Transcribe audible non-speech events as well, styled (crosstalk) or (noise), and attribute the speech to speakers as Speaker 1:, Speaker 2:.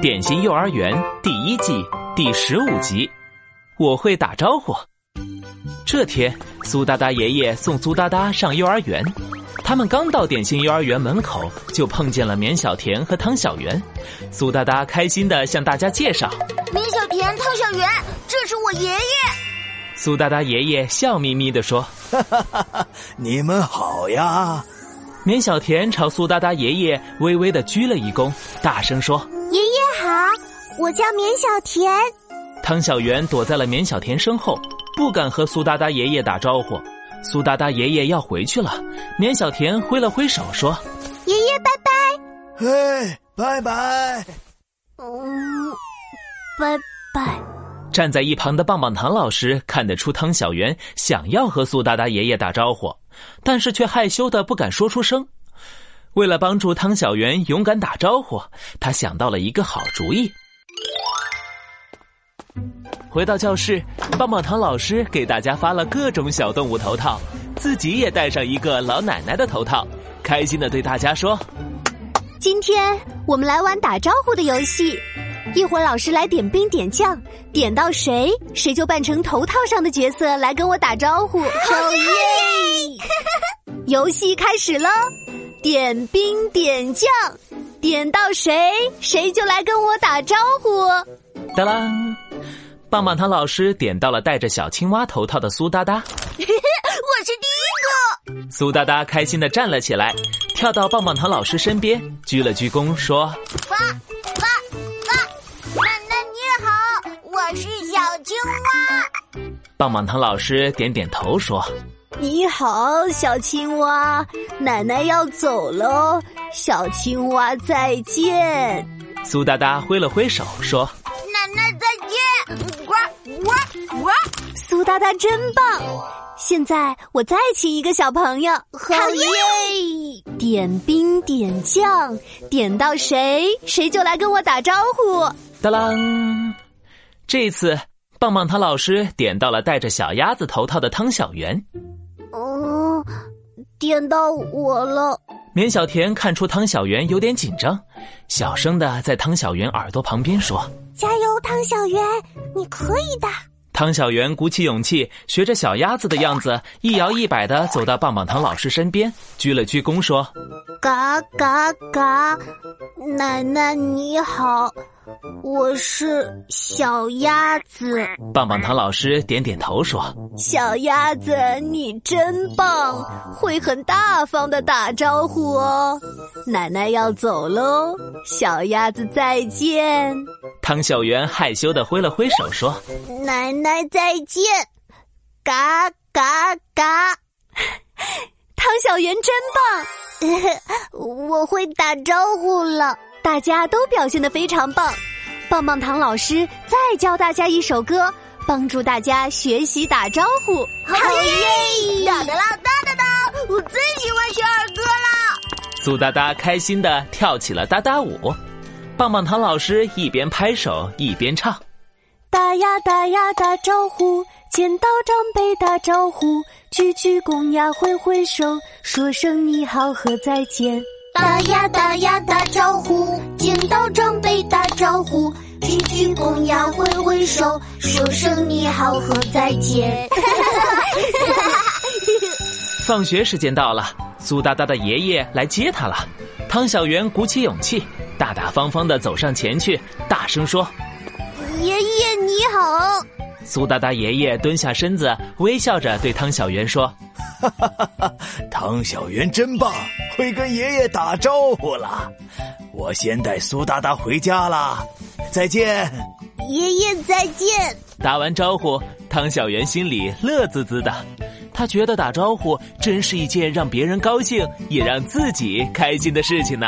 Speaker 1: 点心幼儿园》第一季第十五集。我会打招呼。这天，苏哒哒爷爷送苏哒哒上幼儿园，他们刚到点心幼儿园门口，就碰见了绵小甜和汤小圆。苏哒哒开心的向大家介绍。
Speaker 2: 米小甜、汤小圆，这是我爷爷。
Speaker 1: 苏哒哒爷爷笑眯眯地说
Speaker 3: (laughs) 你们好呀！：“
Speaker 1: 绵小甜朝苏哒哒爷爷微微的鞠了一躬，大声说。”
Speaker 2: 爷爷好，我叫绵小甜。
Speaker 1: 汤小圆躲在了绵小甜身后，不敢和苏哒哒爷爷打招呼。苏哒哒爷爷要回去了，绵小甜挥了挥手说
Speaker 2: 爷爷拜拜。
Speaker 3: 嘿，拜拜！
Speaker 2: 嗯，拜拜。：“
Speaker 1: 站在一旁的棒棒糖老师看得出汤小圆想要和苏哒哒爷爷打招呼，但是却害羞的不敢说出声。”为了帮助汤小圆勇敢打招呼，他想到了一个好主意。回到教室，棒棒糖老师给大家发了各种小动物头套，自己也戴上一个老奶奶的头套，开心的对大家说
Speaker 2: 今天我们来玩打招呼的游戏，一会儿老师来点兵点将，点到谁，谁就扮成头套上的角色来跟我打招 (laughs) 呼。好耶！游戏开始喽，点兵点将，点到谁，谁就来跟我打招呼。：“
Speaker 1: 哒啦！”棒棒糖老师点到了戴着小青蛙头套的苏哒哒，
Speaker 2: 我是第一
Speaker 1: 苏哒哒开心的站了起来，跳到棒棒糖老师身边，鞠了鞠躬说
Speaker 2: 个。哇哇哇！奶奶你好，我是小青蛙。：“
Speaker 1: 棒棒糖老师点点头说。”
Speaker 2: 你好，小青蛙，奶奶要走喽，小青蛙再见。
Speaker 1: 苏哒哒挥了挥手说
Speaker 2: 奶奶再见，呱呱呱！苏哒哒真棒！现在我再请一个小朋友，好耶！点兵点将，点到谁，谁就来跟我打招呼。：“
Speaker 1: 哒啦！”嗯这次，棒棒糖老师点到了戴着小鸭子头套的汤小圆。
Speaker 2: 嗯，点到我了。
Speaker 1: 绵小甜看出汤小圆有点紧张，小声的在汤小圆耳朵旁边说。
Speaker 2: 加油，汤小圆，你可以的。
Speaker 1: 汤小圆鼓起勇气，学着小鸭子的样子，一摇一摆的走到棒棒糖老师身边，鞠了鞠躬说
Speaker 2: 嘎嘎嘎！奶奶你好，我是小鸭子。：“
Speaker 1: 棒棒糖老师点点头说。
Speaker 2: 小鸭子，你真棒，会很大方的打招呼哦。奶奶要走喽，小鸭子再见，”
Speaker 1: 汤小圆害羞的挥了挥手说
Speaker 2: 奶奶再见。嘎嘎嘎！ (laughs) 汤小圆真棒。 (laughs) 我会打招呼了。大家都表现得非常棒，棒棒糖老师再教大家一首歌，帮助大家学习打招呼。好耶！哒哒啦哒哒哒，我最喜欢学儿歌啦！：“
Speaker 1: 苏哒哒开心的跳起了哒哒舞。”棒棒糖老师一边拍手一边唱。
Speaker 2: 打呀打呀打招呼，见到长辈打招呼，鞠鞠躬呀挥挥手，说声你好和再见。
Speaker 4: 打呀打呀打招呼，见到长辈打招呼，鞠鞠躬呀挥挥手，说声你好和再见。
Speaker 1: 放学时间到了，苏哒哒的爷爷来接他了。汤小圆鼓起勇气，大大方方的走上前去，大声说
Speaker 2: 爷爷你好，：“
Speaker 1: 苏哒哒爷爷蹲下身子，微笑着对汤小圆说。
Speaker 3: 汤小圆真棒，会跟爷爷打招呼啦。我先带苏哒哒回家啦，再见。
Speaker 2: 爷爷再见。”
Speaker 1: 打完招呼，汤小圆心里乐滋滋的。他觉得打招呼真是一件让别人高兴，也让自己开心的事情呢、